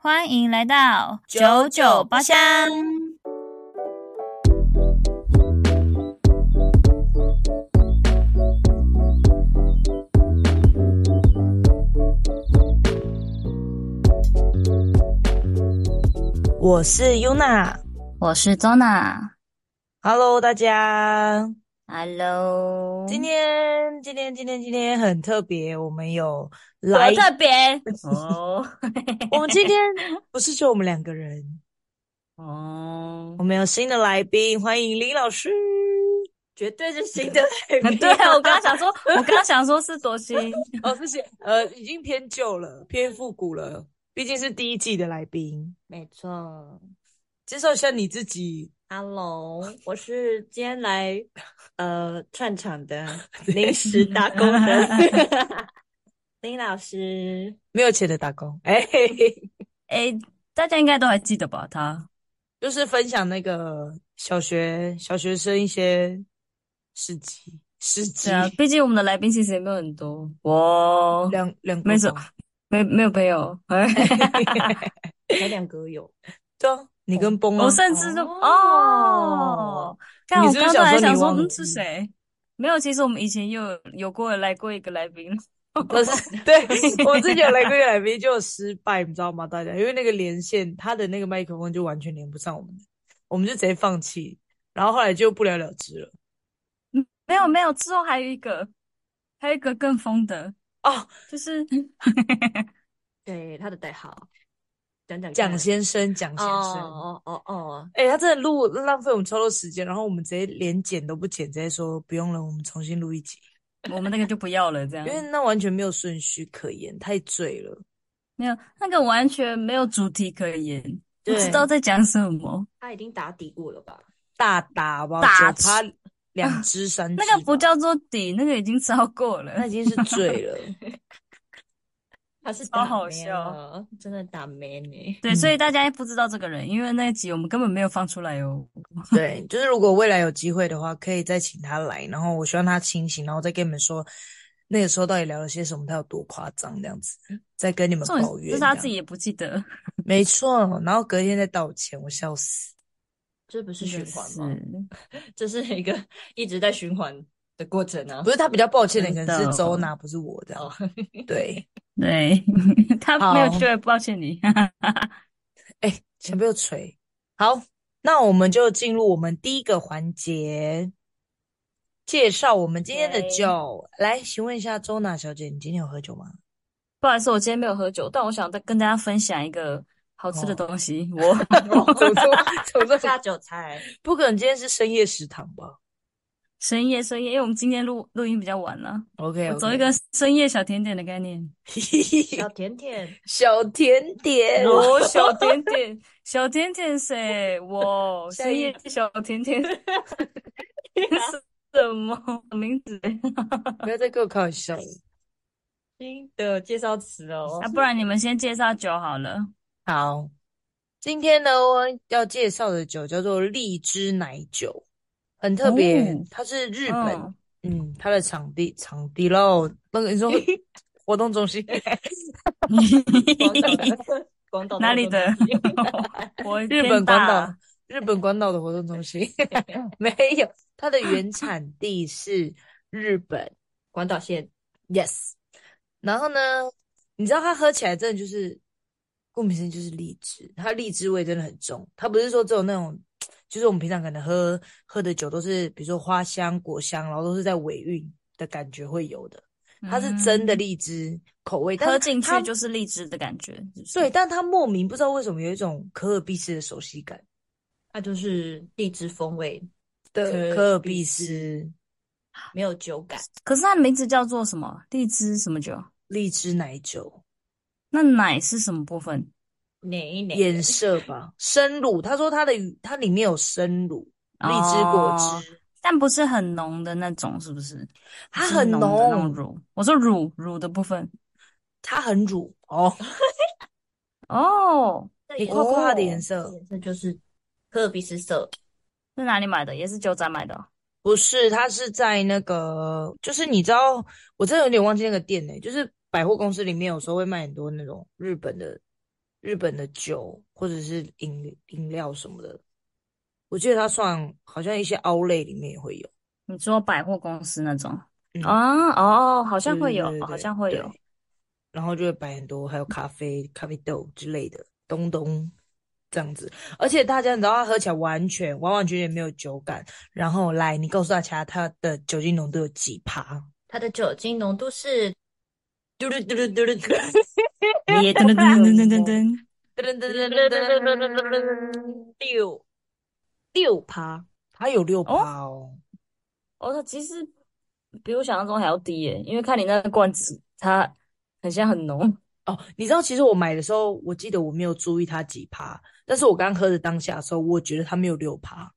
欢迎来到九九包厢。我是 Yuna。我是 Zona。 Hello，大家，嗯 Hello，今天今天今天今天很特别，我们有来我，特别哦我们今天 不是就我们两个人，哦我，们有新的来宾，欢迎林老师，绝对是新的来 宾。对啊，我刚刚 想说，我刚刚想说是多心， 哦，谢谢，呃，已经偏旧了，偏复古了，毕竟是第一季的来宾，没错介绍一下你自己， ，Hello，我是今天来呃串 场的临时打工的林老师。没有钱的打工，哎、嘿嘿哎，大家应该都还记得吧？他就是分享那个小学小学生一些事迹，事迹对。啊，毕竟我们的来宾其实也没有很多，我两两个没错吧，没没有朋友，才两个友，对啊，你跟崩 啊，我甚至都哦哦，看我你是不刚是刚还想想说说，你忘嗯，记是谁？没有，其实我们以前有有过来过一个来宾，我是对我之前有来过一个来宾就有失败，你知道吗？大家因为那个连线，他的那个麦克风就完全连不上我们，我们就直接放弃，然后后来就不了了之了。没有没有，之后还有一个，还有一个更疯的，哦，就是对他的代号，讲讲蒋看先生，蒋哦先生，哦哦哦，哎、他真的录浪费我们超多时间，然后我们直接连剪都不剪，直接说不用了，我们重新录一集，我们那个就不要了，这样嗯因为那完全没有顺序可言，太醉了。没有那个完全没有主题可言，不对知道在讲什么，他已经打底过了吧？大打吧，打九趴两只三只吧，那个不叫做底，那个已经超过了那，已经是醉了。他是超打好咩笑了，真的打欸没嗯呢？对，所以大家不知道这个人，因为那一集我们根本没有放出来哦。对，就是如果未来有机会的话，可以再请他来，然后我希望他清醒，然后再跟你们说那个时候到底聊了些什么，他有多夸张这样子，再跟你们重点抱是怨。就是他自己，也不记得，没错。然后隔天再道歉，我笑死。这不是循环吗？是这是一个一直在循环的过程啊不。是他比较抱歉的，可真能的是周娜，不是我这哦样。，对，对 他没有好觉得 抱歉你，哎、前辈又锤。好，那我们就进入我们第一个环节，介绍我们今天的耶酒。来，询问一下周娜小姐，你今天有喝酒吗？不好意思，我今天没有喝酒，但我想再跟大家分享一个好吃的哦东 西，我总之， 总之下酒菜，不可能今天是深夜食堂吧深夜深夜，因为我们今天录录音比较晚了， ？OK，, 我 o 走一个深夜小甜点的概念。小甜甜。 小甜点，我哦小甜甜，小甜甜谁？我下深一夜小甜 甜是什么名字啊不要再给我开玩笑了。新的介绍词哦啊？不然你们先介绍酒好了。好，今天呢我要介绍的酒叫做荔枝奶酒，很特别，哦它是日本，嗯嗯，它的场地场地喽，那个 你说活动中心，广岛 的广岛哪里的 我日偏本大广岛，日本广岛的活动中心 没有，它的原产地是日本。广岛县 Yes，然后呢，你知道它喝起来真的就是，顾名思义就是荔枝，它荔枝味真的很重。它不是说只有那种，就是我们平常可能喝喝的酒都是，比如说花香、果香，然后都是在尾韵的感觉会有的。它是真的嗯荔枝口味，但喝是进去它就是荔枝的感觉，是不是对，但它莫名不知道为什么有一种可尔必斯的熟悉感它就是荔枝风味，的可可尔尔必必斯斯没有酒感。可是它的名字叫做什么？荔枝什么酒？荔枝奶酒那奶是什么部分？哪一哪颜色吧，生乳。他说它的它里面有生乳、荔枝果汁。哦但不是很浓的那种，是不是？它不是很浓的那种浓乳。我说乳乳的部分它很乳哦，哦，你夸夸它的颜色色，颜色就是可尔必斯色，是哪里买的？也是酒展买的哦、不是，它是在那个，就是你知道，我真的有点忘记那个店呢、就是百货公司里面有时候会卖很多那种日本的日本的酒或者是饮饮料什么的，我记得它算好像一些凹类里面也会有，你说百货公司那种嗯啊？哦，好像会有对对，对好像会对有。然后就会摆很多，还有咖啡、咖啡豆之类的东东这样子。而且大家你知道，它喝起来完全完完全全没有酒感。然后来，你告诉大家它的酒精浓度有几趴？它的酒精浓度是嘟噜嘟噜嘟噜嘟噜耶 噔噔噔噔噔噔噔，噔噔噔噔噔噔噔噔噔噔六六趴，它有六趴哦。我说其实比我想象中还要低耶，因为看你那个罐子，它很像很 浓。哦，你知道，其实我买的时候，我记得我没有注意它几趴，但是我刚喝的当下的时候，我觉得它没有六趴。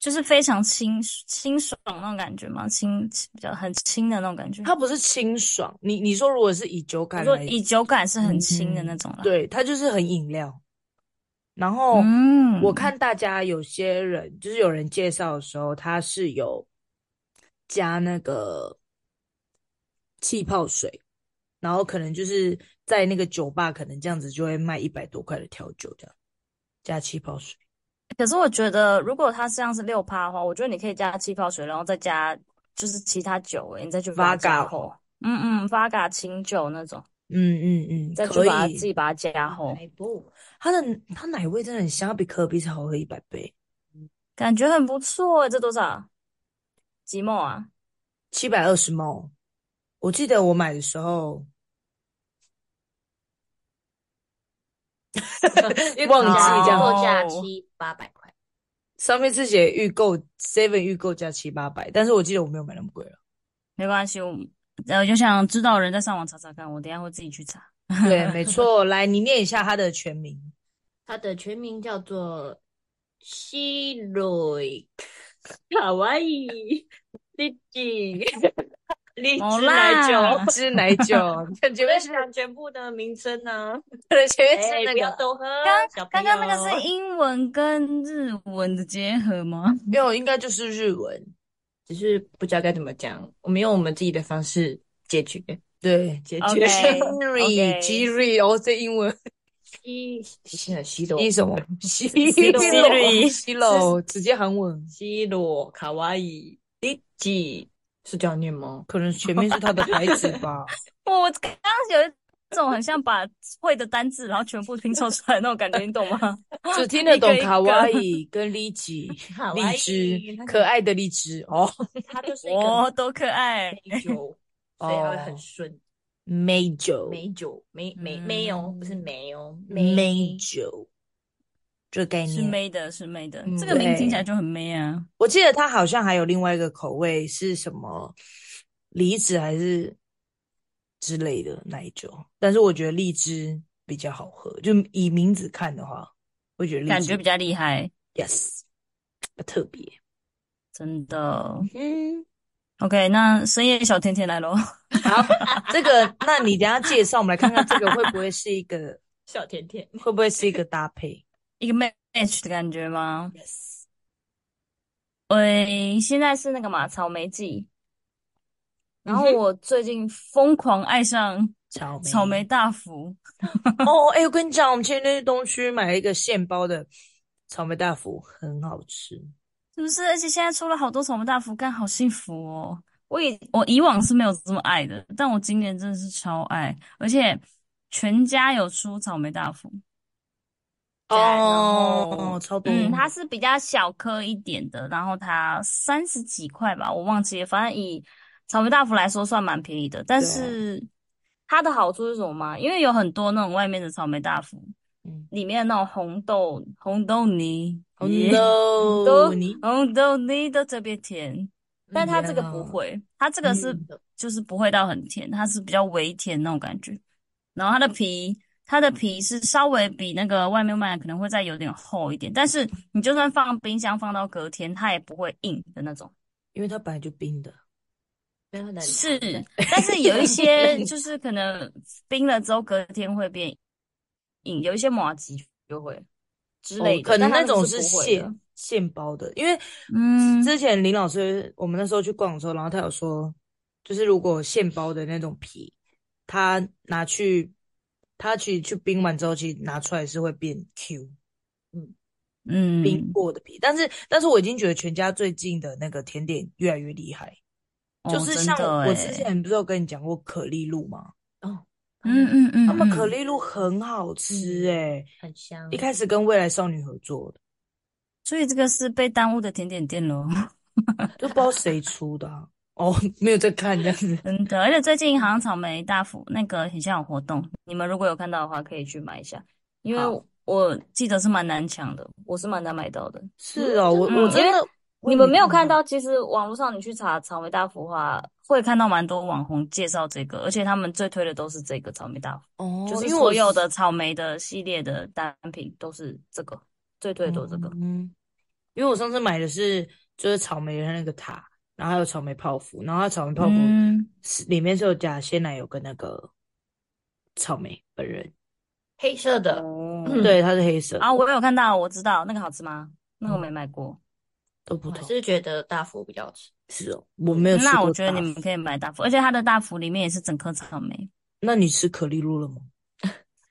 就是非常清清爽那种感觉嘛，清清比较很清的那种感觉。它不是清爽，你你说如果是以酒我感嗯说来嗯以酒感是很轻的那种啦。对，它就是很饮料。然后嗯，我看大家有些人，就是有人介绍的时候，它是有加那个气泡水，然后可能就是在那个酒吧，可能这样子就会卖一百多块的调酒，这样加气泡水。可是我觉得如果它这样是六趴的话，我觉得你可以加气泡水，然后再加就是其他酒、欸，你再去把它 Vodka 加厚。嗯嗯，Vaga 清酒那种，嗯嗯嗯，再去可把它以。自己把它加厚，奶 布，它的它奶味真的很香，它比可比斯好喝一百倍，感觉很不错、欸。这多少？几毛啊？七百二十毛。我记得我买的时候忘好记这样货哦价七八百块，上面是写预购 seven 预购价七八百，但是我记得我没有买那么贵了。没关系，我呃，有想知道的人再上网查查看，我等一下会自己去查。对，没错。来，你念一下它的全名。它的全名叫做西瑞卡哇伊荔枝荔好枝奶啦酒。是奶酒， 看前面是讲全部的名称呢、啊，前面哎、是那不要个，都喝。小朋刚刚那个哎是友英文跟日文的结合吗？没有，应该就是日文。只是不知道该怎么讲，我们用我们自己的方式解决对解决。 OK OK ，Jerry，Jerry，哦，这英文 西西了西罗你什么？西西罗西罗，直接韩文。西罗卡哇伊荔枝是这样念吗？可能前面是它的牌子吧。我刚刚有一种很像把会的单字，然后全部拼凑出来那种感觉，你懂 吗？只听得懂一个一个卡哇伊跟荔枝，卡哇荔伊枝，可爱的荔枝哦，它就是一哦个，多可爱！美酒，所以它会很顺。美酒，美酒，美美嗯美哦，不是美哦，美酒，这概是念。妹的，是妹的嗯，这个名对听起来就很妹啊。我记得它好像还有另外一个口味是什么梨子还是之类的奶酒，但是我觉得荔枝比较好喝，就以名字看的话，我觉得荔感枝觉比较厉害， yes 比较特别。真的。嗯， OK，那深夜小甜甜来喽。好，这个那你等一下介绍，我们来看看这个会不会是一个。小甜甜。会不会是一个搭配一个 match 的感觉吗？ ？Yes，喂，现在是那个嘛草莓季，然后我最近疯狂爱上嗯草莓。草莓大福，哦，哎、我跟你讲，我们前天去东区买了一个现包的草莓大福，很好吃。是不是？而且现在出了好多草莓大福，干好幸福哦！我以我以往是没有这么爱的，但我今年真的是超爱，而且全家有出草莓大福，然哦后，超多。嗯，它是比较小颗一点的，然后它三十几块吧，我忘记了，反正以草莓大福来说算蛮便宜的。但对是它的好处是什么吗？因为有很多那种外面的草莓大福，嗯里面的那种红豆红豆泥，红耶豆都泥，红豆泥都特别嗯甜，但它这个不会，它这个是嗯就是不会到很甜，它是比较微甜那种感觉。然后它的皮，它的皮是稍微比那个外面卖的可能会再有点厚一点，但是你就算放冰箱放到隔天，它也不会硬的那种。因为它本来就冰的。没有冷是藏的，但是有一 些就是可能冰了之后隔天会变硬，有一些麻吉就会之类的，哦可能但它那种个是是不会的现。现包的，因为嗯之前林老师我们那时候去逛的时候，然后他有说，就是如果现包的那种皮，他拿去它其实去冰完之后，其实拿出来是会变 Q 嗯，冰过的皮。但是，但是我已经觉得全家最近的那个甜点越来越厉害，哦就是真像的我欸之前不是有跟你讲过可丽露吗？哦，嗯嗯嗯，他们嗯可丽露很好吃嗯诶、很香，一开始跟未来少女合作的，所以这个是被耽误的甜点店喽，就不知道谁出的、啊、哦，没有在看这样子。 真的。而且最近好像草莓大福那个很像有活动，你们如果有看到的话，可以去买一下，因为好我记得是蛮难抢的，我是蛮难买到的。是哦，我我嗯真因为的你我也们没有看到。到，其实网络上你去查草莓大福的话，会看到蛮多网红介绍这个，而且他们最推的都是这个草莓大福，哦，就是因为我所有的草莓的系列的单品都是这个，最推的都是这个。嗯，因为我上次买的是就是草莓的那个塔，然后还有草莓泡芙，然后它草莓泡芙嗯，是、里面是有加鲜奶油跟那个草莓本人，黑色的，哦嗯对，它是黑色，啊，我有看到，我知道那个好吃吗？那个我没买过。都不我同，是觉得大福比较好吃。是哦，我没有吃那过我觉得大你们福可以买大福，而且它的大福里面也是整颗草莓，那你吃可丽露了吗？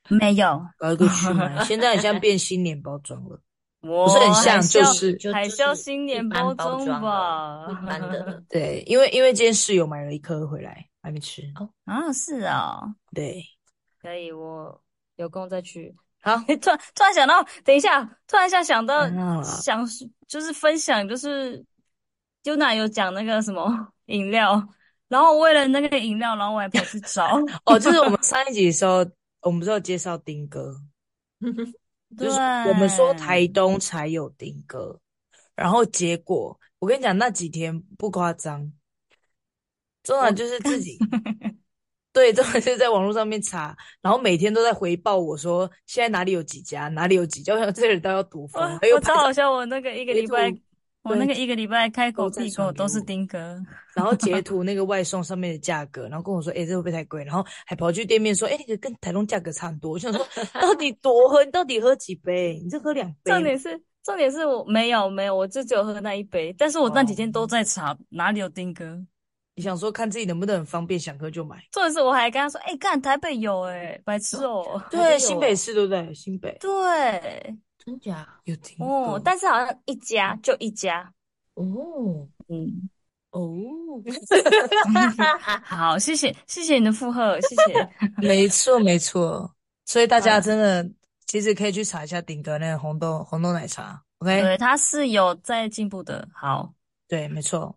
没有，搞一个去 买，现在好像变新年包装 了，不不是很像，就是就海就是啸新年一般包中装吧的，一般的了。对，因为因为今天室友买了一颗回来，还没吃，哦啊，是哦，对，可以，我有空再去。好， 突然突然想到，等一下，突然一下想到啊想就是分享，就是优娜有讲那个什么 饮料，然后为了那个饮料，然后我还跑去找，哦，就是我们上一集的时候，我们不是有介绍丁哥。 就是嗯我们说对台东才有丁哥，然后结果我跟你讲，那几天不夸张，中然就是自己 对，中然就是在网络上面查，然后每天都在回报我说现在哪里有几家，哪里有几家，我想这人到底要多疯，我哦还有哦我拍超照好笑，我那个一个截礼拜图，我那个一个礼拜开口都在闭传口给都是我丁哥，然后截图那个外送上面的价格，然后跟我说，诶、这会不会太贵？然后还跑去店面说，诶、那个跟台东价格差很多。我想说，到底多喝？你到底喝几杯？你这喝两杯重点是重点是我没有没有，我就只有喝那一杯，但是我那几天都在查哪里有丁哥，你想说看自己能不能很方便，想喝就买。重点是我还跟他说，哎、干台北有哎、白痴哦、 还有对，新北市对不对？新北对， 真假？有听哦过，但是好像一家就一家，哦，嗯， 哦，好，谢谢谢谢你的附和，谢 谢，没错没错，所以大好家啦真的其实可以去查一下顶格那个红豆红豆奶茶，OK？对，他是有在进步的，好，对，没错。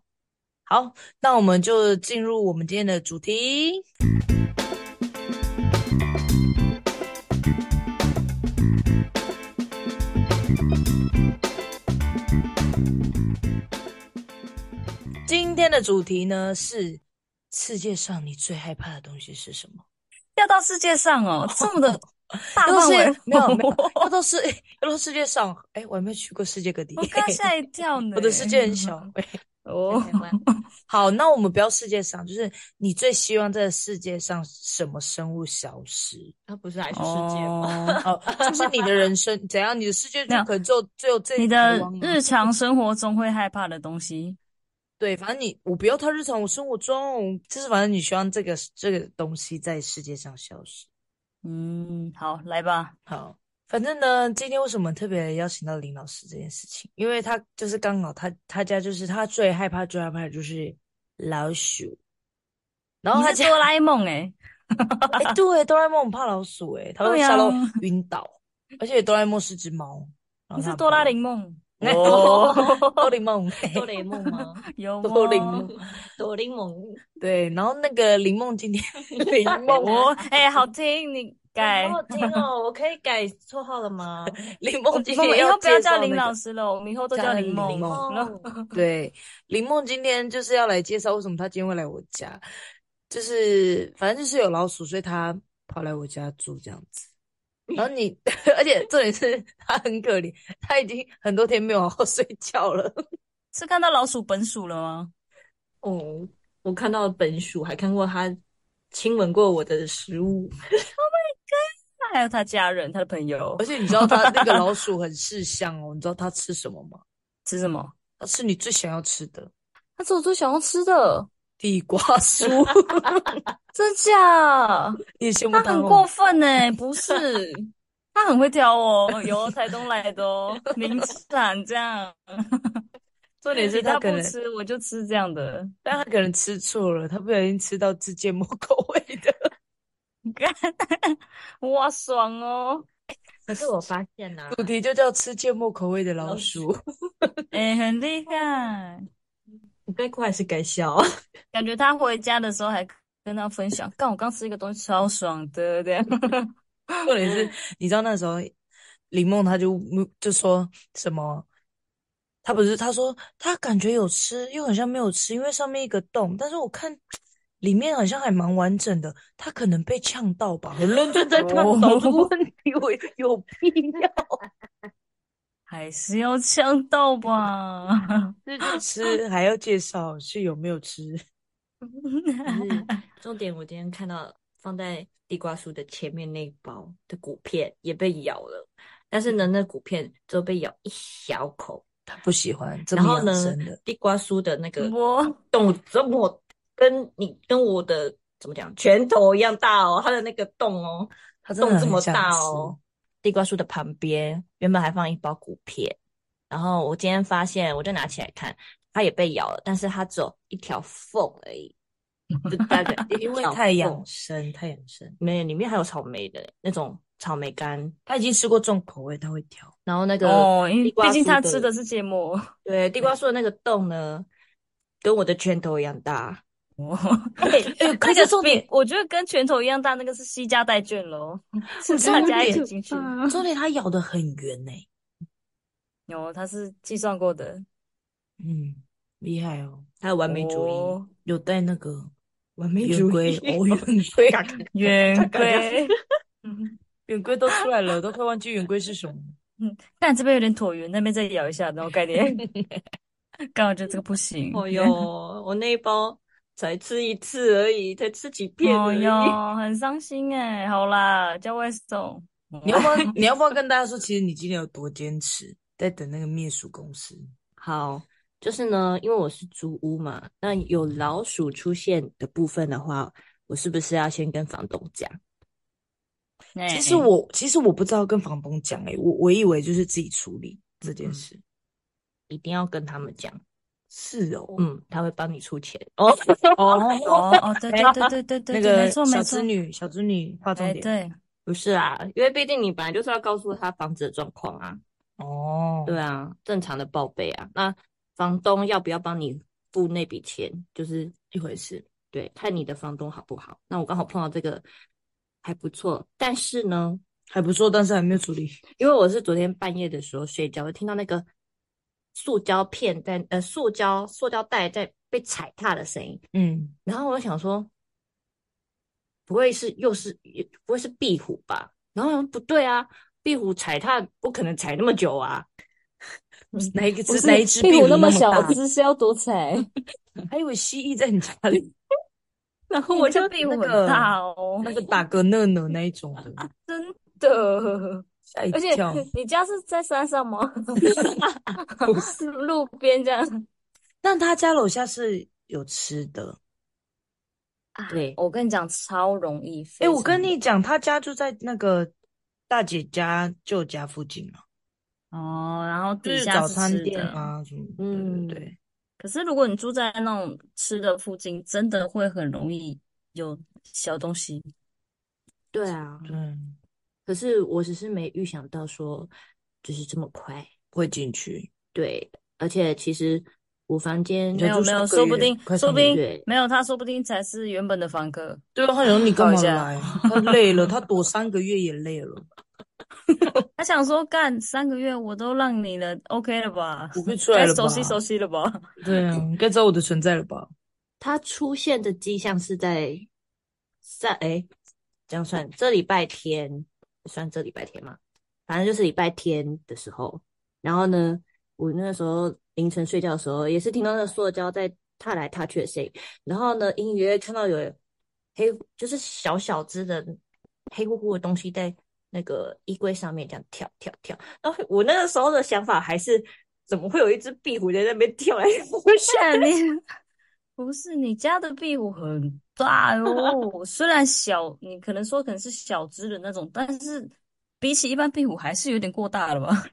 好，那我们就进入我们今天的主题。今天的主题呢是世界上你最害怕的东西是什么？要到世界上哦，这么 的大要到范世界围，哦没有没有，要到世要到世界上，哎、我还没有去过世界各地， 哎我刚吓一跳呢。我的世界很小。哎哦，台湾好，那我们不要世界上，就是你最希望这个世界上什么生物消失？它不是还是世界 吗？哦，哦，就是你的人生怎样？你的世界没就有可能就只有这你台的湾吗日常生活中会害怕的东西，对，反正你我不要它日常我生活中，就是反正你希望这个这个东西在世界上消失。嗯，好，来吧。好，反正呢，今天为什么特别邀请到林老师这件事情？因为他就是刚好他他家就是他最害怕最害怕的就是老鼠，然后你他是家哦哆啦 A 梦哎， 哎、对，哆啦 A 梦很怕老鼠诶、他会对啊呀吓到晕倒，而且哆啦 A 梦是只猫，然你后它是很哆啦怕老 A 梦哎哆啦 A 梦，哎哆啦 A 梦吗？ 有哦 哆啦 A 梦哆啦 A 梦，对，然后那个林梦今天 林梦 哦，哎，好听，你改好。好听哦！我可以改绰号 了吗？林我梦们今以天后不要介叫绍林那老个师了，我们以后都叫林林梦。梦然后哦，对，林梦今天就是要来介绍为什么她今天会来我家，就是反正就是有老鼠，所以她跑来我家住这样子。然后你， 而且重点是她很可怜，她已经很多天没有好好睡觉了。是看到老鼠本鼠了吗？哦，我看到本鼠，还看过它亲吻过我的食物。那还有他家人、他的朋友而且你知道她那个老鼠很识相哦，你知道它吃什么吗？吃什么？它吃你最想要吃的。他是我最想要吃的。地瓜酥，真假？也羡慕他到很哦过分呢、不是？ 他很会挑哦，有台东来的哦， 名产这样。重点是其他他可不能，吃，我就吃这样的。但他可能吃错了，他不小心吃到自芥末口味的。你看，哇，爽 哦！可 是我发现啊呐、主题就叫吃芥末口味的老老鼠，哎、很厉害，你该哭还是该笑？ 感觉他回家的时候还跟他分享，干，我刚吃一个东西超爽的，这样。 重点是，你知道那时候林梦她就就说什么？她不是她说她感觉有吃，又好像没有吃，因为上面一个洞，但是我看里面好像还蛮完整的，她可能被呛到吧，很认真在探讨这个问题，我 有必要还是要呛到吧？自己吃还要介绍是有没有吃？ 嗯，重点我今天看到放在地瓜酥的前面那一包的骨片也被咬了，但是呢，那骨片只有被咬一小口，她不喜欢这然么后养呢生的，，地瓜酥的那个我洞这么跟你跟我的怎么讲拳头一样大哦，它的那个洞哦，她真洞的这很么想大吃哦。地瓜树的旁边原本还放一包骨片，然后我今天发现，我就拿起来看，它也被咬了，但是它只有一条缝 而已，就大概因为一条太养缝，生，太养生。没有里面还有草莓的那种草莓干，她已经吃过重口味，她会挑。然后那个、哦，因地为瓜毕竟酥他的吃的是芥末。对地瓜树的那个洞呢，跟我的拳头一样大，哦， 哎、哎，可以那再个重点比，我觉得跟拳头一样大，那个是西家带卷喽，是 是啊大吗家一也起进去。啊重点它咬得很圆呢、有，他是计算过的。嗯，厉害哦，还有完美主 义，哦，有带那个完美圆主规义，哦，圆规， 圆大概规。 嗯，圆规都出来了，都快忘记圆规是什么。但这边有点椭圆，那边再咬一下，然后概 念。刚好觉得这个不行。哦哟，我那一包才吃一次而已，才吃几片哦而已。 哟，很伤心哎。好啦，叫外送。哦你要不 要？你要不要跟大家说，其实你今天有多坚持，在等那个灭鼠公司？好，就是呢，因为我是租屋嘛，那有老鼠出现的部分的话，我是不是要先跟房东讲？哎其实我其实我不知道跟房东讲诶、我我以为就是自己处理这嗯件事。一定要跟他们讲，是哦，嗯，他会帮你出钱哦。哦，哦哦，对对对对对对，那对个没错没小错织。女，小织女画重哎，点。对，不是啊，因为毕竟你本来就是要告诉他房子的状况啊，哦，对啊，正常的报备啊。那房东要不要帮你付那笔钱，就是一回事。对，看你的房东好不好。那我刚好碰到这个还不错，但是呢，还不错，但是还没有处理。 因为我是昨天半夜的时候睡觉，我听到那个塑胶片在呃塑胶塑胶袋在被踩踏的声音，嗯，然后我就想说，不会是又是也不会是壁虎吧？然后我想不对啊，壁虎踩踏不可能踩那么久啊，哪一个不只是哪一只屁壁股虎那么小大，只是要多 踩。还以为蜥蜴在你家 里，然后我我这就屁股那很个大哦，那个打嗝讷讷那一种的，真的。吓一而且 跳。你家是在山上吗？ 不是路边这样但他家楼下是有吃的。啊对我跟你讲，超容易。哎、哎我跟你讲，他家就在那个大姐家舅家附近嘛，哦，然后就底是下早是餐吃店的。啊什么。嗯对对对，可是如果你住在那种吃的附近，真的会很容易有小东西。对啊，对，可是我只是没预想到说就是这么快，不会进去。对，而且其实我房间你没才有住没有，三个说不月定说快三不个定月没有他，说不定才是原本的房客。对啊，他想说你干好嘛像 来？他累了，他躲三个月也累 了。他想说，干三个月我都让你了，OK 了吧？我可以出来了吧该熟悉熟悉了吧？对啊，你该知道我的存在了吧？它出现的迹象是在上哎，这样算这礼拜天算这礼拜天嘛，反正就是礼拜天的时候。然后呢，我那个时候凌晨睡觉的时候，也是听到那个塑胶在踏来踏去的声音。然后呢，隐隐约约看到有黑，就是小小只的黑乎乎的东西在那个衣柜上面这样跳跳跳。然后我那个时候的想法还是，怎么会有一只壁虎在那边跳来跳去？ 是啊，你不是你家的壁虎很大哟，虽然小，你可能说可能是小只的那种，但是比起一般壁虎还是有点过大了吧？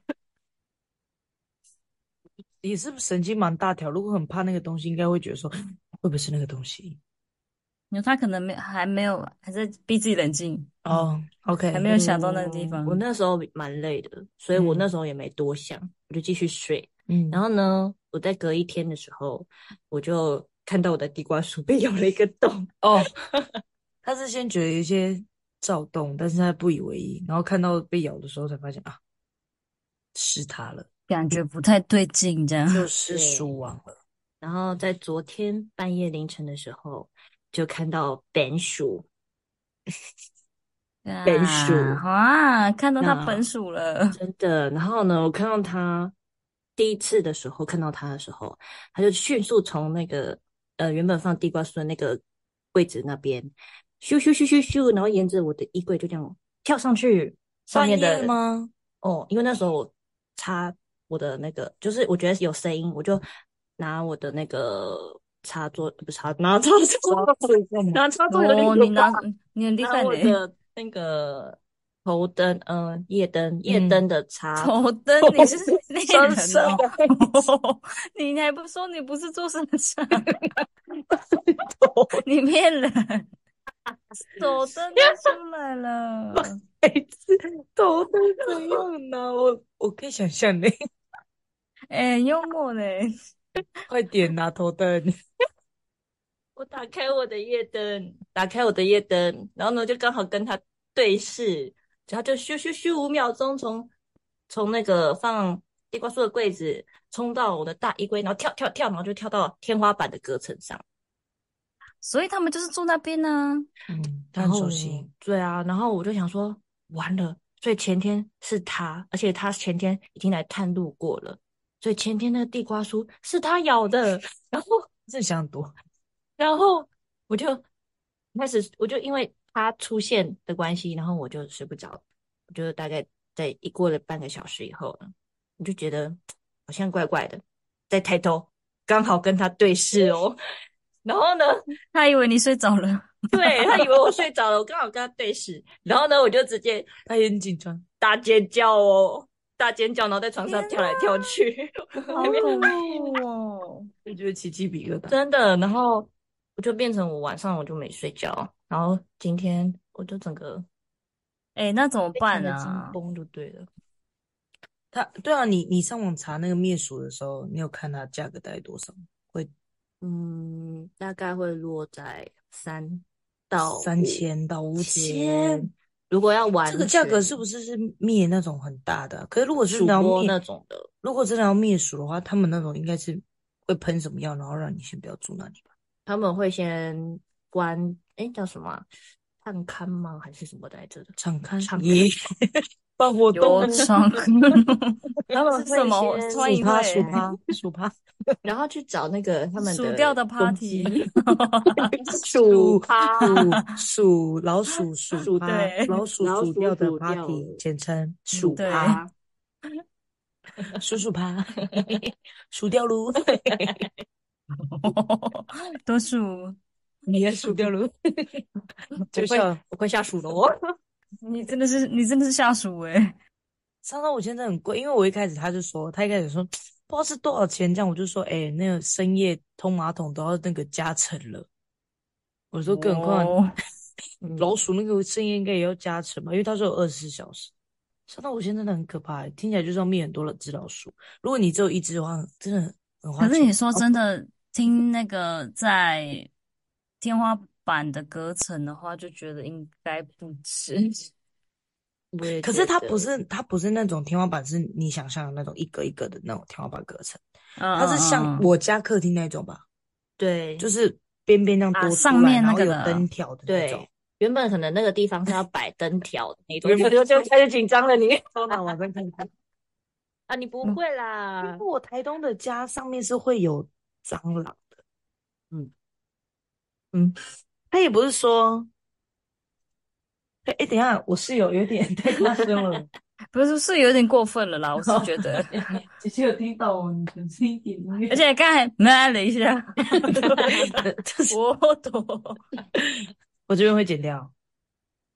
也是神经蛮大条，如果很怕那个东西，应该会觉得说会不会是那个东西？因为它可能没还没有还在逼自己冷静，哦，OK，还没有想到那个地方嗯我那时候蛮累的，所以我嗯那时候也没多想，我就继续睡。嗯，然后呢，我在隔一天的时候，我就看到我的地瓜树被 咬了一个洞。哦， 他是先觉得有一些躁动，但是他不以为意，然后看到被咬的时候才发现啊，是他了，感觉不太对劲，这样就是啊对鼠 王了。然后在昨天半夜凌晨的时候，就看到本鼠， 本鼠啊，看到它那本鼠了，真的。然后呢，我看到它第一次的时候，看到它的时候，它就迅速从那个呃原本放地瓜酥的那个柜子那边，咻咻咻咻咻，然后沿着我的衣柜就这样跳上去上面半夜的吗？哦，因为那时候我插我的那个，就是我觉得有声音，我就拿我的那个插座，不是插，拿插座， 拿插座有点哦，可你拿怕你很厉拿害我嘞，的那个头灯，嗯、夜灯，夜嗯灯的插，头灯你啊是猎人双哦， 你还不说你不是做生产，你骗 人，手灯都出来 了，每次 头都这样呢，我我可以想象嘞，哎、幽默嘞， 快点拿头灯，我打开我的夜灯，打开我的夜灯，然后呢就刚好跟他对视，然后就咻咻咻五秒钟从从那个放地瓜酥的柜子冲到我的大衣柜，然后跳跳跳，然后就跳到天花板的隔层上。所以他们就是住那边啊呢、嗯，他然很后熟悉，对啊，然后我就想说完了，所以前天是他，而且他前天已经来探路过了，所以前天那个地瓜酥是他咬的，然后。真的想多，然后我就开始，我就因为他出现的关系，然后我就睡不着，我就大概在一过了半个小时以后呢，我就觉得好像怪怪的，再抬头刚好跟他对视哦， 然后呢，他以为你睡着了，对他以为我睡着了，我刚好跟他对视，然后呢，我就直接他也很紧张，大尖叫哦，大尖叫，然后在床上跳来跳去，好恐怖哦！就觉得起鸡皮疙瘩。真的，然后我就变成我晚上我就没睡觉，然后今天我就整个哎、那怎么非常办的啊紧？绷就对了。他对啊，你你上网查那个灭鼠的时候，你有看它价格大概多少？嗯，大概会落在三到三千到五千。如果要玩这个价格全是不是是灭那种很大的啊？可是如果是主要播灭那种的，如果真的要灭鼠的话，他们那种应该是会喷什么药，然后让你先不要住那里吧？他们会先关，哎，叫什么啊？探勘吗？还是什么来着的？ 敞开敞开耶， 办活动有啊，床，他们是什么会先欢迎鼠趴会鼠趴鼠趴然后去找那个他们鼠掉的攻 party 击鼠鼠趴， 鼠鼠老鼠鼠鼠趴对老鼠老鼠鼠掉的鼠掉 party，了简称鼠对 趴鼠鼠 趴鼠掉噜，多数你也鼠掉噜，就我会像我快下鼠了哦。你真的是你真的是下属哎、三到五千真的很贵，因为我一开始他就说，他一开始说不知道是多少钱，这样我就说，哎、那个深夜通马桶都要那个加成了。我说更何况、哦嗯老鼠那个深夜应该也要加成吧，因为他说有二十四小时。三到五千真的很可怕、欸听起来就是要灭很多只老鼠。如果你只有一只的话，真的很花可钱。是你说真的，听那个在天花板的隔层的话，就觉得应该不 止。我也可觉是它得不是它不是那种天花板，是你想象的那种一格一格的那种天花板隔层，它它是嗯像我家客厅那种吧，对，就是是边边那样啊多出来，上面那个然后的有灯条的那种对。。原本可能那个地方是要摆灯条的那种，原本就就开始紧张了你。到哪晚 上看看。 啊，你不会啦嗯因为，我台东的家上面是会有蟑螂的，嗯嗯，他也不 是说，哎、哎等一下，我室友有点太夸张了，不是是有点过分了啦，我是觉 得，姐姐有听到我们的声音点音乐而，且刚才喵了一下， 我懂。我这边会剪掉。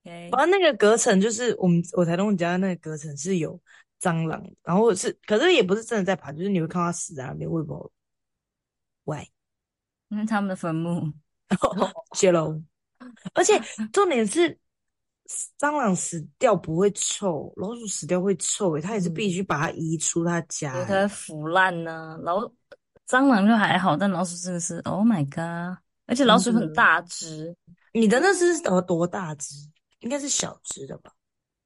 OK，啊反正那个隔层就是我们我台东家那个隔层是有蟑螂，然后是可是也不是真的在爬，就是你会看到它死在那边，我也不知道 why 那嗯是他们的坟墓，泄露。而 且重点是，蟑螂死掉不会臭，老鼠死掉会臭、欸，它也是必嗯须把它移出它家、有欸的腐烂呢、老蟑螂就还好，但老鼠真的是，Oh my god！而且老鼠嗯很大只，你的那只是多多大只？应该是小只的吧？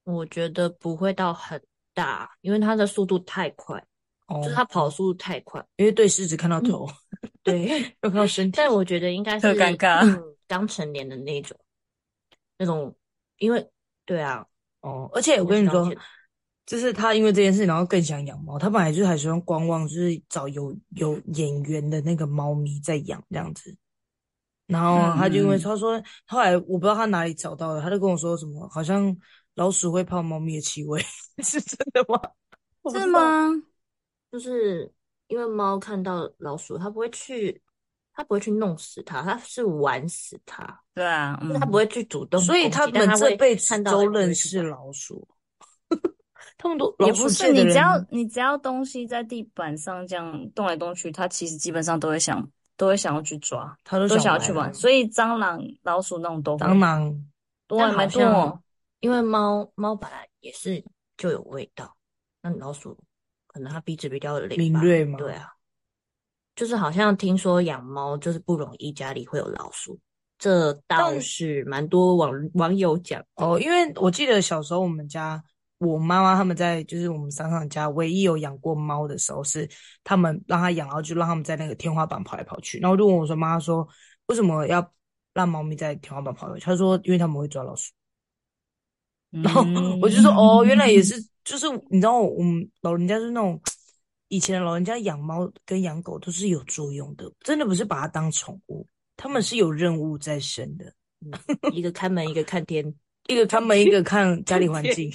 我觉得不会到很大，因为它的速度太快，哦就是它跑速度太快。因为对狮子看到头， 对， 又看到身体。但我觉得应该特是尴尬嗯 刚成年的那种，那种，因为对啊，哦，而且我跟你说，就是他因为这件事，然后更想养猫。他本来就是很喜欢观望，就是找有有眼缘的那个猫咪在养这样子。然后他就因为嗯嗯他说，后来我不知道他哪里找到的，他就跟我说什么，好像老鼠会泡猫咪的气味， 是真的吗？我不是知道？吗？就是因为猫看到老鼠，它不会去，它不会去弄死它，它是玩死它，对啊，嗯就是它不会去主动所以攻击他但们它这会辈看子到都它就会认去识玩老鼠，他们都也老不鼠是界你的只人要你只要东西在地板上这样动来动去，它其实基本上都会想都会想要去抓，他都都想想要去玩玩，所以蟑螂、老鼠那种都会蟑螂对，但好没哦像错。因为猫猫本来也是就有味道，那老鼠可能它鼻子比较灵敏吧锐吗对啊，就是好像听说养猫就是不容易家里会有老鼠，这倒但是蛮多网网友讲的。哦，因为我记得小时候我们家，我妈妈他们在就是我们商场家唯一有养过猫的时候是，他们让它养，然后就让他们在那个天花板跑来跑去。然后我就问我说：“妈妈说为什么要让猫咪在天花板跑来跑去？”她说：“因为他们会抓老鼠。”然后 我就说：“哦，嗯原来也是，就是你知道我们老人家是那种以前的老人家养猫跟养狗都是有作用的，真的不是把它当宠物，他们是有任务在身的，嗯一个看门，一个看天，一个看门，一个看家里环境。”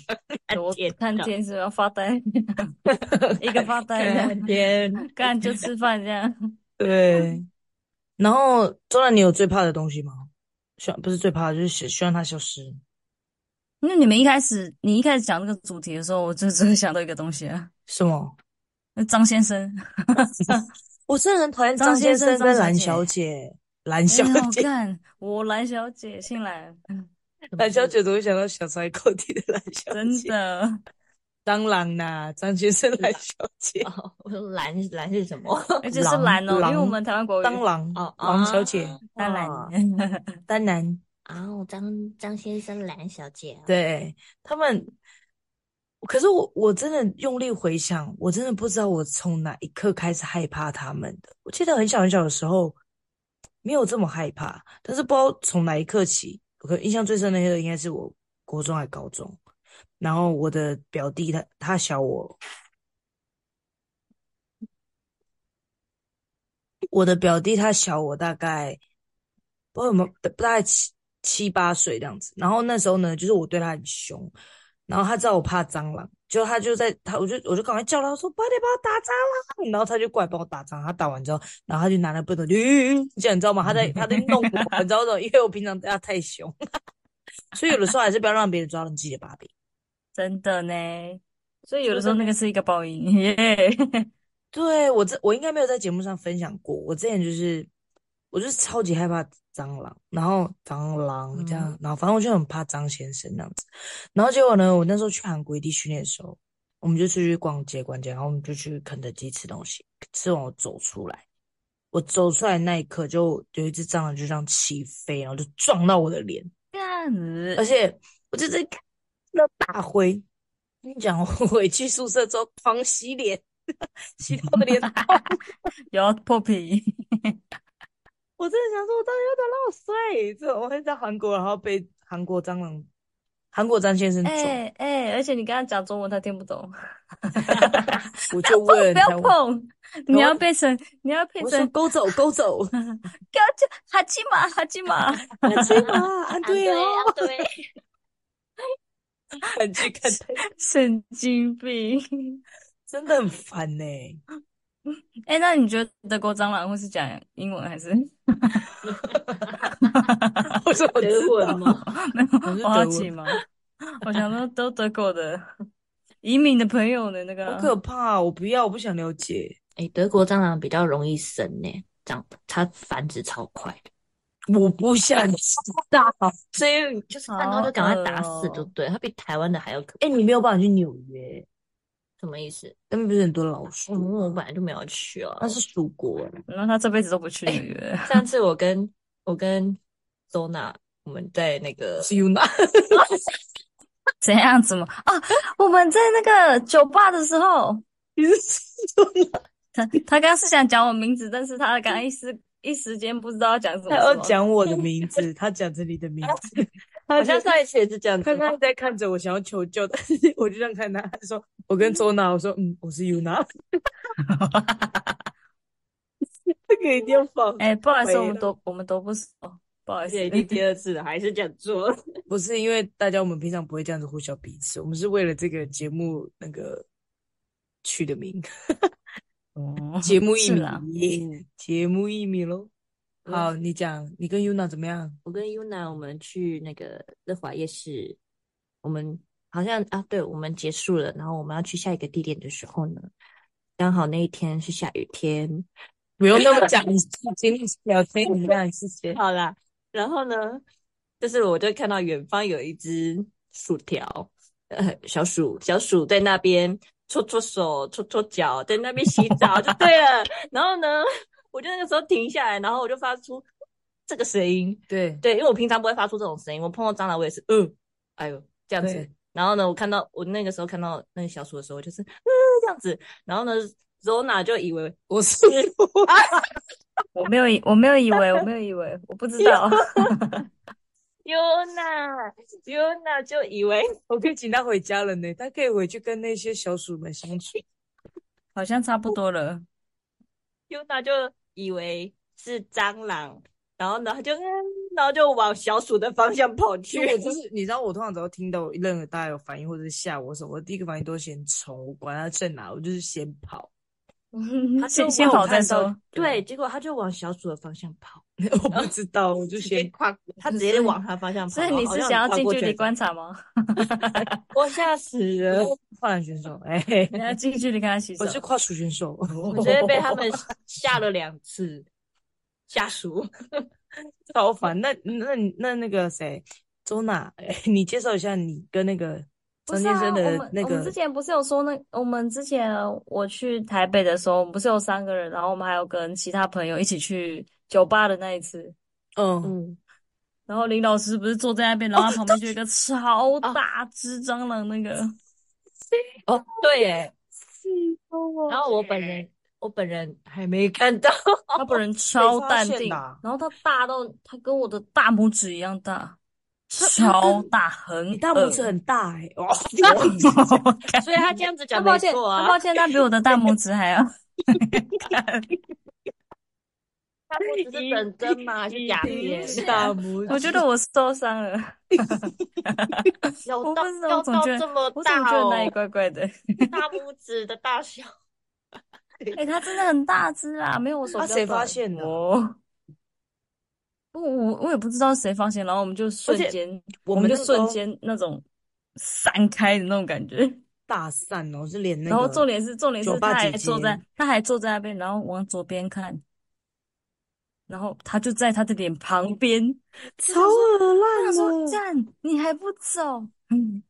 嗯，我天看哪天是要发呆， 一个发呆， 天，干就吃饭这样。对，然后周然，你有最怕的东西吗？希望不是最怕的，就是希希望它消失。那你们一开始你一开始讲这个主题的时候，我就只会想到一个东西啊，什么？那张先生，我真的很讨厌张张先先生生跟张蓝小小姐，蓝小哎好 姐，看，我蓝小姐新来，蓝小姐总会想到小才扣地的啊蓝小真姐，的，当然啦，张先生蓝小姐， 哦，我说蓝蓝是什 么？而且是狼蓝哦，因为狼我们台湾国语当狼哦，狼小姐，当然，当然，啊，哦张张先生，蓝小姐，啊对，他们，可是我我真的用力回想，我真的不知道我从哪一刻开始害怕他们的。我记得很小很小的时候没有这么害怕，但是不知道从哪一刻起，我可能印象最深的那个应该是我国中还高中，然后我的表弟他他小我，我的表弟他小我大概不知道有没有大概七七八岁这样子。然后那时候呢，就是我对他很凶，然后他知道我怕蟑螂，就他就在他我就我就赶快叫他说：“快点帮我打蟑螂！”然后他就过来帮我打蟑螂。他打完之后，然后他就拿那笨头就，这样你知道吗？他在他在弄我，你知道吗？因为我平常对他太凶， 所以有的时候还是不要让别人抓到你自己的把柄。真的呢。所以有的时候那个是一个报应，耶。对，我这我应该没有在节目上分享过，我之前就是我就是超级害怕蟑螂，然后蟑螂这样，然后反正我就很怕张先生那样子。然后结果呢，我那时候去韩国一地训练的时候，我们就出去逛街逛街，然后我们就去肯德基吃东西，吃完我走出来，我走出来那一刻就有一只蟑螂就这样起飞，然后就撞到我的脸，干子而且我就在看到大灰。跟你讲，我回去宿舍之后狂洗脸， 洗到我的脸痛。有破皮，我真的想说，我到底要多少岁？这我会在韩国，然后被韩国蟑螂、韩国张先生撞，哎哎，而且你刚刚讲中文，他听不懂，我就问 不要他，我碰，你要变成你要变我成说勾走勾走， 不要叫哈 基玛哈基玛，安追嘛，安对哦，对， 很去看太阳，神经病。真的很烦呢、 哎、那你觉得德国蟑螂会是讲英文还是？我说我知德文道，吗？没有我是我好德奇文嘛，我想说都德国的移民的朋友的那个好啊可怕、我不要，我不想了解。哎、德国蟑螂比较容易生呢、长它繁殖超快的，我不想知道，所以就是看到就赶快打死就好恶哦对，它比台湾的还要可怕。哎、你没有办法去纽约，什么意思？那边不是很多老嗯，鼠，哦我本来就没有去啊那。是蜀国、欸。然后他这辈子都不去纽约，上次我跟我跟周娜我们在那个是 Yuna，怎样子嘛？啊，我们在那个酒吧的时候，你是 Yuna，他他刚刚是想讲我名字，但是他刚刚一时一时间不知道要讲什么 他要是吗讲我的名字，他讲着你的名字，好好像上一期也是这样子看，他在看着我，想要求救，但是 我就这样看他，他说我跟周娜，我说嗯，我是 Yuna，这个一定要放，哎、不好意思，回我们了都我们都不熟，不好意而思，哎且已经第二次了，还是这样做。不是因为大家我们平常不会这样子呼叫彼此，我们是为了这个节目那个取的名，哦节目一是啦米，节目一米喽。嗯好，你讲，你跟 Yuna 怎么样？ 我跟 Yuna 我们去那个乐华夜市，我们好像啊，对，我们结束了，然后我们要去下一个地点的时候呢，刚好那一天是下雨天，不用那么讲，你今天聊天一样，谢谢。好啦，然后呢，就是我就看到远方有一只薯条，呃，小鼠，小鼠在那边搓搓手、搓搓脚，在那边洗澡就对了。然后呢，我就那个时候停下来，然后我就发出这个声音，对，对，因为我平常不会发出这种声音，我碰到蟑螂我也是，嗯，哎呦这样子对。然后呢，我看到我那个时候看到那个小鼠的时候，我就是嗯这样子。然后呢，Zona 就以为啊我是我没有以我没有以为我没有以为我不 知道， Yuna Yuna 就以为我可以请他回家了呢，他可以回去跟那些小鼠们相处。好像差不多了。 Yuna 就以为是蟑螂，然后呢，他就嗯，然后就往小鼠的方向跑去因。为我就是，你知道，我通常只要听到任何大家有反应或者是吓我什么，我第一个反应都是先冲，我管他在哪，我就是先跑。 他就先先往跑再看到说，对，结果他就往小鼠的方向跑，我不知道，我就直接先跨，他直接往他方向跑。所以你是想要近距离观察？察 吗？我吓死 了，呃跨栏选手，哎、嘿你要近距离跟他洗手我，是跨鼠选手。哦我直接被他们吓了两次，吓鼠。超烦。那那那那个谁，周娜，哎你介绍一下你跟那个不是张先啊，生我的们那我们之个，前不是有说那我们之前我去台北的时候，我们不是有三个人，然后我们还有跟其他朋友一起去酒吧的那一次，嗯，哦 嗯，然后林老师不是坐在那边，然后他旁边就有一个哦超大只蟑螂，那个哦，对耶。然然后后我本人，我本人还没看 到。他本人超淡哦被发现定啦，然后他大到他跟我的大拇指一样大，超大，很你大拇指恶很大哎、 哇， 所以他这样子他讲抱没歉，错他啊抱，歉，他比我的大拇指还要。他说只是等真吗？还是假片？大拇指，我觉得我受伤了，有我到不知道要我总到觉得这么我怎大么觉得哦，哪里怪怪的？大拇指的大小，哎、它真的很大只啊，没有我手啊比较谁短发现的哦，我我我也不知道谁发现，然后我们就瞬间，我我们就那时候瞬间那种散开的那种感觉。大散哦，是连那个，然后重点是重点酒是吧他还姐姐坐在他还坐在那边，然后往左边看，然后他就在他的脸旁边，超恶他烂说：“哦，站，你还不走？嗯，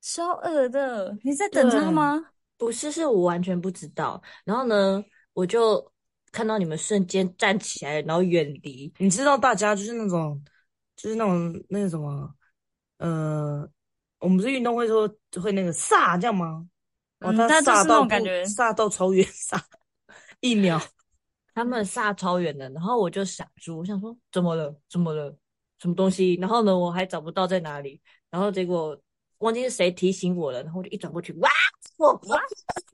超恶的，你在等他对吗？” 不是，是我完全不知道。然后呢，我就看到你们瞬间站起来，然后远离。你知道大家就是那种，就是那种那个什么，呃，我们不是运动会说会那个飒这样吗？哇，嗯他但就是飒那到种感不觉飒到超 越飒，一秒。他们撒超远的，然后我就傻住，我想说怎么了？怎么了？什么东西？然后呢，我还找不到在哪里。然后结果忘记是谁提醒我了，然后我就一转过去，哇！我哇！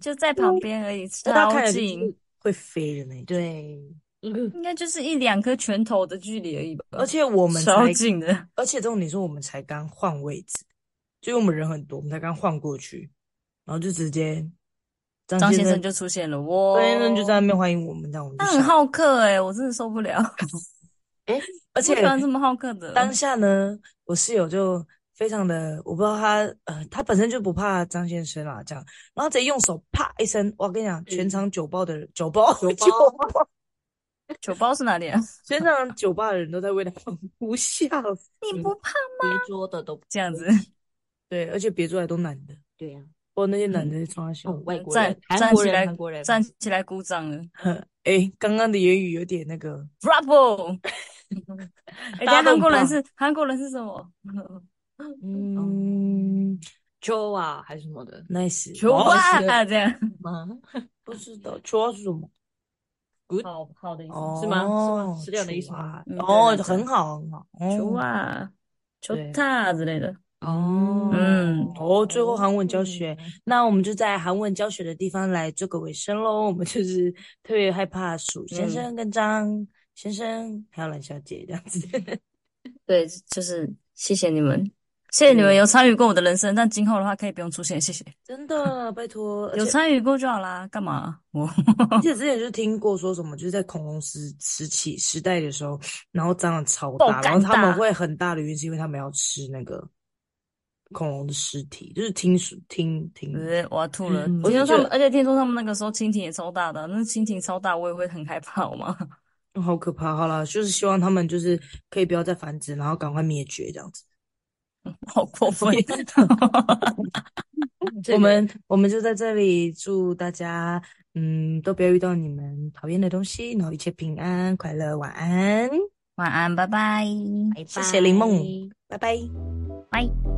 就在旁边而已，超那他看起来就啊近是，会飞的那种。对，嗯 应该就是一两颗拳头呃的距离而已吧，而且我们超才，近的。而且重点是我们才刚换位置，就因为我们人很多，我们才刚换过去，然后就直接张张先先生生就出现了，哇，张先生就在那边欢迎我们，这样我们就他下很好客诶、我真的受不了，而且不喜欢这么好客 的。当下呢，我室友就非常的，我不知道他呃，他本身就不怕张先生啦，这样，然后直接用手啪一声，我跟你讲，全场酒吧的人，酒吧，嗯酒包酒酒包是哪里啊？全场酒吧的人都在为他哭笑。你不怕别桌的都不这样子？对，而且别出来都男的，对呀、不过那些男的在冲他笑哦，。外国站人、韩站国起人、来韩国人，站起来鼓掌了哎，刚刚的言语有点那个， ，Bravo！哎，等一大家下都很韩国人棒是韩国人是什么？嗯秋啊还是什么的，nice，球哇啊是， 这样吗？不知道球蛙是什么？好好的意哦，是吗是吗是这样的意思球蛙嗯哦，对对对很好，很好。哦球啊，球对踏之类的。哦嗯哦，最后韩文教学，那我们就在韩文教学的地方来做个尾声喽。我们就是特别害怕鼠先生跟张先生还有蓝小姐这样子。 对，就是谢谢你们，谢谢你嗯们有参与过我的人生，但今后的话可以不用出现，谢谢。真的，拜托，而有且参与过就好啦，干嘛？ 我而且之前就听过说什么，就是在恐龙时时期时代的时候，然后蟑螂超爆大，然后肝他们大会很大的原因是因为他们要吃那个恐龙的尸体，就是听说听听，呃我要吐了。嗯听说我是他觉们，得而且听说他们那个时候蜻蜓也超大的，那蜻蜓超大，我也会很害怕，好吗？ 好可怕。好了，就是希望他们就是可以不要再繁殖，然后赶快灭绝这样子。好过 分！ 这我个们我们就在这里祝大家，嗯，都不要遇到你们讨厌的东西，然后一切平安快乐，晚安，晚安，拜拜。拜谢谢林梦拜拜拜。拜。